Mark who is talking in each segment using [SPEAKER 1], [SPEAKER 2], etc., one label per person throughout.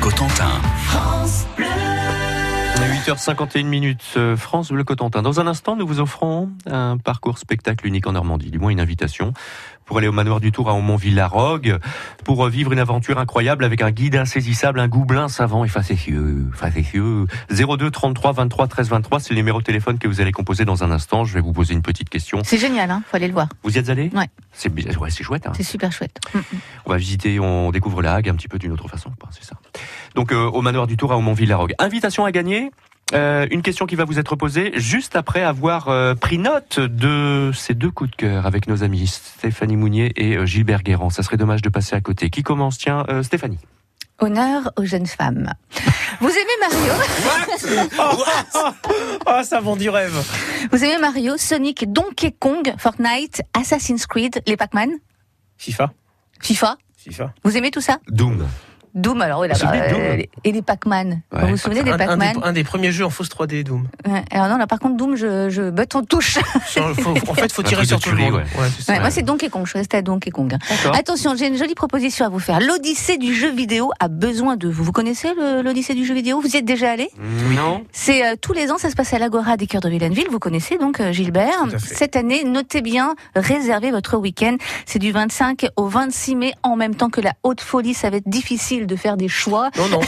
[SPEAKER 1] Cotentin.
[SPEAKER 2] 8h51 minutes, euh, France Bleu Cotentin. Dans un instant, nous vous offrons un parcours spectacle unique en Normandie, du moins une invitation pour aller au manoir du Tour à Aumont-Villarogue, pour euh, vivre une aventure incroyable avec un guide insaisissable, un gobelin savant et facétieux, facétieux. 02 33 23 13 23, c'est le numéro de téléphone que vous allez composer dans un instant. Je vais vous poser une petite question.
[SPEAKER 3] C'est génial, hein faut aller le voir.
[SPEAKER 2] Vous y êtes allé
[SPEAKER 3] Ouais.
[SPEAKER 2] C'est bi- ouais, c'est chouette. hein.
[SPEAKER 3] C'est super chouette. Mm, mm.
[SPEAKER 2] On va visiter, on découvre la Hague un petit peu d'une autre façon, quoi, c'est ça. Donc euh, au manoir du Tour à Aumont-Villarogue. Invitation à gagner. euh, une question qui va vous être posée juste après avoir euh, pris note de ces deux coups de cœur avec nos amis Stéphanie Mounier et euh, Gilbert Guérand. Ça serait dommage de passer à côté. Qui commence Tiens, euh, Stéphanie.
[SPEAKER 3] Honneur aux jeunes femmes. Vous aimez Mario
[SPEAKER 4] Ah, ça vend du rêve.
[SPEAKER 3] Vous aimez Mario, Sonic, Donkey Kong, Fortnite, Assassin's Creed, les Pac-Man,
[SPEAKER 4] FIFA.
[SPEAKER 3] FIFA
[SPEAKER 4] FIFA.
[SPEAKER 3] Vous aimez tout ça
[SPEAKER 2] Doom.
[SPEAKER 3] Doom, alors oui, là-bas.
[SPEAKER 4] Celui de Doom.
[SPEAKER 3] les- et les Pac-Man.
[SPEAKER 2] Ouais,
[SPEAKER 3] vous vous souvenez des
[SPEAKER 4] un, un
[SPEAKER 3] Pac-Man
[SPEAKER 4] des, un des premiers jeux en fausse 3D Doom.
[SPEAKER 3] Ouais, Alors non, là par contre, Doom, je, je botte en touche.
[SPEAKER 4] Sans- faut- en fait, faut
[SPEAKER 2] Un
[SPEAKER 4] tirer
[SPEAKER 2] truc
[SPEAKER 4] sur
[SPEAKER 2] de
[SPEAKER 4] tout le
[SPEAKER 2] tuerie,
[SPEAKER 4] monde.
[SPEAKER 2] ouais.
[SPEAKER 4] Ouais, Ah. c'est ça.
[SPEAKER 3] Ouais, Moi, c'est Donkey Kong, je suis restée à Donkey Kong.
[SPEAKER 2] D'accord.
[SPEAKER 3] Attention, j'ai une jolie proposition à vous faire. L'Odyssée du jeu vidéo a besoin de vous. Vous connaissez le- l'Odyssée du jeu vidéo Vous y êtes déjà allé
[SPEAKER 4] Mm.
[SPEAKER 2] Non.
[SPEAKER 3] C'est euh, tous les ans, ça se passe à l'Agora des Cœurs de Villeneuve. Vous connaissez donc euh, Gilbert.
[SPEAKER 4] Tout à fait.
[SPEAKER 3] Cette année, notez bien, réservez votre week-end. C'est du 25 au 26 mai, en même temps que la Haute Folie. Ça va être difficile de faire des choix.
[SPEAKER 4] Non, non.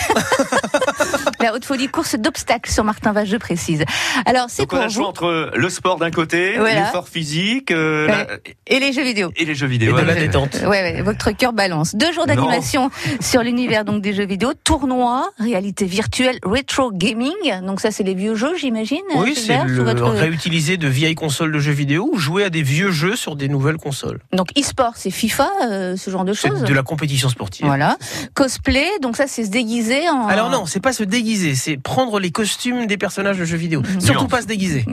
[SPEAKER 3] La Haute Folie, course d'obstacles sur Martin Vache, je précise. Alors, c'est
[SPEAKER 2] Donc on
[SPEAKER 3] pour
[SPEAKER 2] a le
[SPEAKER 3] vous
[SPEAKER 2] choix entre le sport d'un côté,
[SPEAKER 3] Voilà.
[SPEAKER 2] l'effort physique euh,
[SPEAKER 3] Ouais.
[SPEAKER 2] la-
[SPEAKER 3] et les jeux vidéo.
[SPEAKER 2] et les jeux
[SPEAKER 4] Et
[SPEAKER 2] vidéo.
[SPEAKER 4] de la
[SPEAKER 2] Ouais.
[SPEAKER 4] détente.
[SPEAKER 3] Ouais, ouais, votre cœur balance. Deux jours d'animation sur l'univers donc des jeux vidéo, tournoi, réalité virtuelle, rétro gaming. Donc ça, c'est les vieux jeux, j'imagine.
[SPEAKER 4] Oui, c'est
[SPEAKER 3] Gilbert,
[SPEAKER 4] le
[SPEAKER 3] Ah, sur votre-
[SPEAKER 4] réutiliser de vieilles consoles de jeux vidéo ou jouer à des vieux jeux sur des nouvelles consoles.
[SPEAKER 3] Donc e-sport, c'est FIFA, euh, ce genre de
[SPEAKER 4] C'est
[SPEAKER 3] choses.
[SPEAKER 4] de la compétition sportive.
[SPEAKER 3] Voilà. Cosplay, donc ça, c'est se déguiser en.
[SPEAKER 4] Alors non, c'est pas se déguiser, c'est prendre les costumes des personnages de jeux vidéo.
[SPEAKER 3] Mhm.
[SPEAKER 4] Surtout pas se déguiser.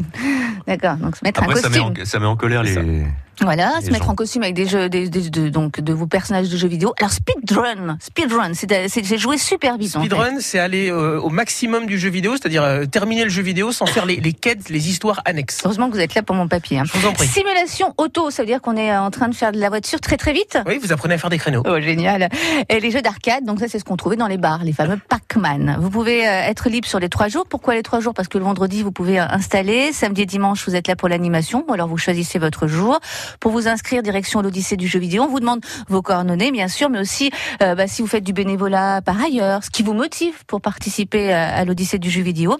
[SPEAKER 3] D'accord. Donc se mettre
[SPEAKER 2] Après,
[SPEAKER 3] en
[SPEAKER 2] ça met en,
[SPEAKER 3] costume.
[SPEAKER 2] ça met en colère
[SPEAKER 4] C'est
[SPEAKER 2] les.
[SPEAKER 3] Voilà,
[SPEAKER 2] les
[SPEAKER 3] se mettre
[SPEAKER 2] gens.
[SPEAKER 3] en costume avec des jeux, des, des- de, donc de vos personnages de jeux vidéo. Alors speedrun, speedrun, c'est c'est- c'est jouer super vite. en fait.
[SPEAKER 4] Speedrun, c'est aller euh, au maximum du jeu vidéo, c'est-à-dire euh, terminer le jeu vidéo sans faire les, les quêtes, les histoires annexes.
[SPEAKER 3] Heureusement que vous êtes là pour mon papier. hein.
[SPEAKER 4] Je vous en prie.
[SPEAKER 3] Simulation auto, ça veut dire qu'on est euh, en train de faire de la voiture très très vite.
[SPEAKER 4] Oui, vous apprenez à faire des créneaux.
[SPEAKER 3] Oh, génial. Et les jeux d'arcade, donc ça, c'est ce qu'on trouvait dans les bars, les fameux Pac-Man. Vous pouvez euh, être libre sur les trois jours. Pourquoi les trois jours Parce que le vendredi, vous pouvez euh, installer. Samedi et dimanche, vous êtes là pour l'animation. Ou alors, vous choisissez votre jour. Pour vous inscrire, direction l'Odyssée du jeu vidéo, on vous demande vos coordonnées, bien sûr, mais aussi euh, bah, si vous faites du bénévolat par ailleurs, ce qui vous motive pour participer euh, à l'Odyssée du jeu vidéo.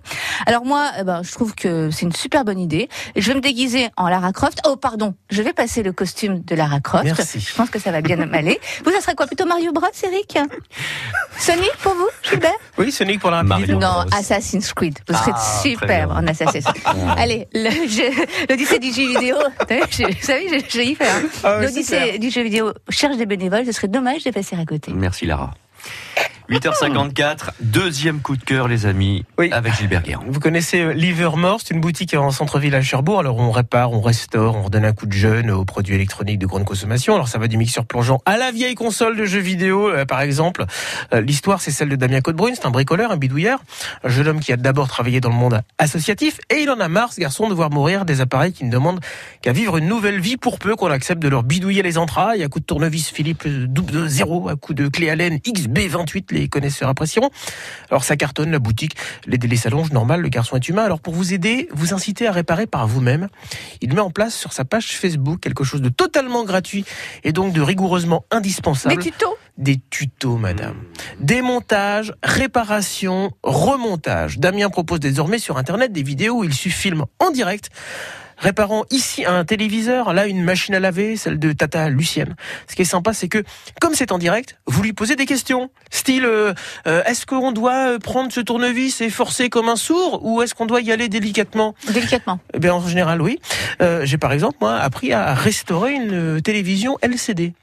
[SPEAKER 3] Alors moi, eh ben, je trouve que c'est une super bonne idée. Je vais me déguiser en Lara Croft. Oh, pardon, je vais passer le costume de Lara Croft.
[SPEAKER 4] Merci.
[SPEAKER 3] Je pense que ça va bien m'aller. Vous, ça serait quoi Plutôt Mario Bros, Eric Sonic pour vous, Gilbert
[SPEAKER 4] Oui, Sonic pour la rapidité.
[SPEAKER 2] Mario
[SPEAKER 3] Non,
[SPEAKER 2] Bros.
[SPEAKER 3] Assassin's Creed. Vous serez
[SPEAKER 2] Ah, très
[SPEAKER 3] super
[SPEAKER 2] bien.
[SPEAKER 3] en Assassin's Creed. Allez, le jeu- l'Odyssée du jeu vidéo. T'as vu, j'ai- Vous savez, j'ai- j'ai y fait. hein.
[SPEAKER 4] Ah ouais, super.
[SPEAKER 3] L'Odyssée du jeu vidéo cherche des bénévoles, ce serait dommage de passer à côté.
[SPEAKER 2] Merci Lara. 8h54, deuxième coup de cœur les amis,
[SPEAKER 4] Oui.
[SPEAKER 2] avec Gilbert Guérin.
[SPEAKER 4] Vous connaissez euh, Livermore, c'est une boutique en centre-ville à Cherbourg. Alors on répare, on restaure, on redonne un coup de jeune aux produits électroniques de grande consommation. Alors ça va du mixeur plongeant à la vieille console de jeux vidéo, euh, par exemple. Euh, L'histoire, c'est celle de Damien Cotebrune, c'est un bricoleur, un bidouilleur, un jeune homme qui a d'abord travaillé dans le monde associatif et il en a marre, ce garçon, de voir mourir des appareils qui ne demandent qu'à vivre une nouvelle vie pour peu qu'on accepte de leur bidouiller les entrailles à coup de tournevis Philippe euh, double de zéro, à coup de clé Allen XB28, les connaisseurs apprécieront. Alors ça cartonne la boutique, les délais s'allongent, normal, le garçon est humain. Alors pour vous aider, vous inciter à réparer par vous-même, il met en place sur sa page Facebook quelque chose de totalement gratuit et donc de rigoureusement indispensable.
[SPEAKER 3] tutos
[SPEAKER 4] Des tutos, madame. Démontage, réparation, remontage. Damien propose désormais sur Internet des vidéos où il se filme en direct. Réparant ici un téléviseur, là une machine à laver, celle de Tata Lucienne. Ce qui est sympa, c'est que, comme c'est en direct, vous lui posez des questions. Style, euh, euh, est-ce qu'on doit euh, prendre ce tournevis et forcer comme un sourd, ou est-ce qu'on doit y aller délicatement
[SPEAKER 3] Délicatement.
[SPEAKER 4] eh bien, en général, oui. Euh, J'ai par exemple, moi, appris à restaurer une euh, télévision LCD.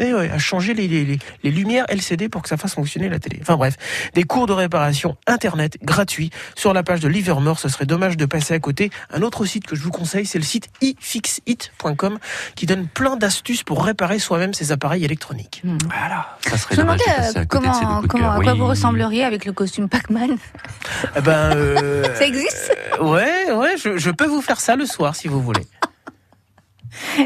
[SPEAKER 4] Et Eh ouais, à changer les, les- les- les lumières LCD pour que ça fasse fonctionner la télé. Enfin bref, des cours de réparation internet gratuits sur la page de Livermore. Ce serait dommage de passer à côté. Un autre site que je vous conseille, c'est le site ifixit.com qui donne plein d'astuces pour réparer soi-même ses appareils électroniques.
[SPEAKER 2] Voilà, ça serait
[SPEAKER 3] Je me
[SPEAKER 2] dommage de
[SPEAKER 3] demandais
[SPEAKER 2] passer
[SPEAKER 3] euh,
[SPEAKER 2] à côté de ces deux
[SPEAKER 3] comment,
[SPEAKER 2] coups de
[SPEAKER 3] comment,
[SPEAKER 2] cœur.
[SPEAKER 3] à quoi
[SPEAKER 2] Oui. Euh.
[SPEAKER 3] vous ressembleriez avec le costume Pac-Man.
[SPEAKER 4] Eh ben, euh,
[SPEAKER 3] Ça existe
[SPEAKER 4] euh, ouais, ouais, je, je peux vous faire ça le soir si vous voulez.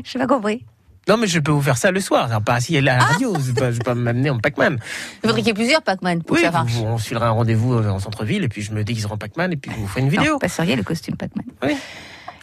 [SPEAKER 3] Je n'ai pas compris.
[SPEAKER 4] Non, mais je peux vous faire ça le soir. Alors, pas assis à la radio. c'est pas- je vais pas m'amener en Pac-Man.
[SPEAKER 3] Il faudrait qu'il y ait plusieurs Pac-Man pour
[SPEAKER 4] Oui,
[SPEAKER 3] que ça marche.
[SPEAKER 4] vous- on filera un rendez-vous euh, en centre-ville et puis je me déguiserai en Pac-Man et puis vous ferez une
[SPEAKER 3] Non,
[SPEAKER 4] vidéo.
[SPEAKER 3] pas sérieux le costume Pac-Man.
[SPEAKER 4] Oui.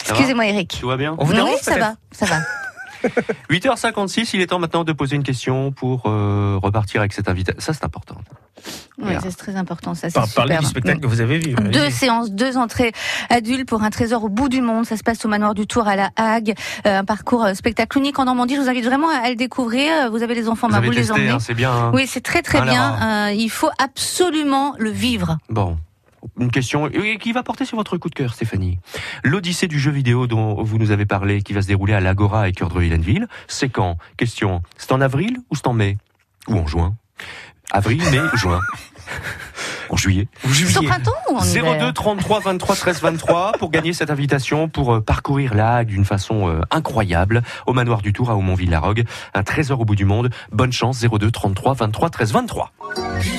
[SPEAKER 3] Excusez-moi Eric.
[SPEAKER 2] Tout va bien
[SPEAKER 4] On vous
[SPEAKER 3] oui,
[SPEAKER 4] dérange
[SPEAKER 3] ça
[SPEAKER 4] peut-être
[SPEAKER 3] va, ça va.
[SPEAKER 2] 8h56, il est temps maintenant de poser une question pour euh, repartir avec cette invitation. Ça, c'est important.
[SPEAKER 3] Oh, bah, Oui,
[SPEAKER 2] Voilà.
[SPEAKER 3] ça, c'est très important, ça c'est
[SPEAKER 4] Par- Parlez
[SPEAKER 3] super.
[SPEAKER 4] du spectacle que vous avez vu.
[SPEAKER 3] Deux
[SPEAKER 4] allez-y.
[SPEAKER 3] séances, deux entrées adultes pour un trésor au bout du monde. Ça se passe au manoir du Tour à La Hague. Euh, un parcours euh, spectacle unique en Normandie. Je vous invite vraiment à à le découvrir. Euh, Vous avez les enfants,
[SPEAKER 2] Vous
[SPEAKER 3] bah, vous
[SPEAKER 2] avez
[SPEAKER 3] les
[SPEAKER 2] testé,
[SPEAKER 3] emmenez.
[SPEAKER 2] hein, c'est bien. hein.
[SPEAKER 3] Oui, c'est très très
[SPEAKER 2] Alors,
[SPEAKER 3] bien. Euh, il faut absolument le vivre.
[SPEAKER 2] Bon. Une question et qui va porter sur votre coup de cœur, Stéphanie. L'Odyssée du jeu vidéo dont vous nous avez parlé, qui va se dérouler à l'Agora et cœur de Villeneuve, c'est quand Question, c'est en avril ou c'est en mai Ou en juin Avril, mai, juin. En juillet.
[SPEAKER 3] C'est au printemps ou en hiver
[SPEAKER 2] 02 33 23 13 23 pour gagner cette invitation pour euh, parcourir la Hague d'une façon euh, incroyable au manoir du Tour à Aumont-Villarogue, un trésor au bout du monde. Bonne chance 02 33 23 13 23.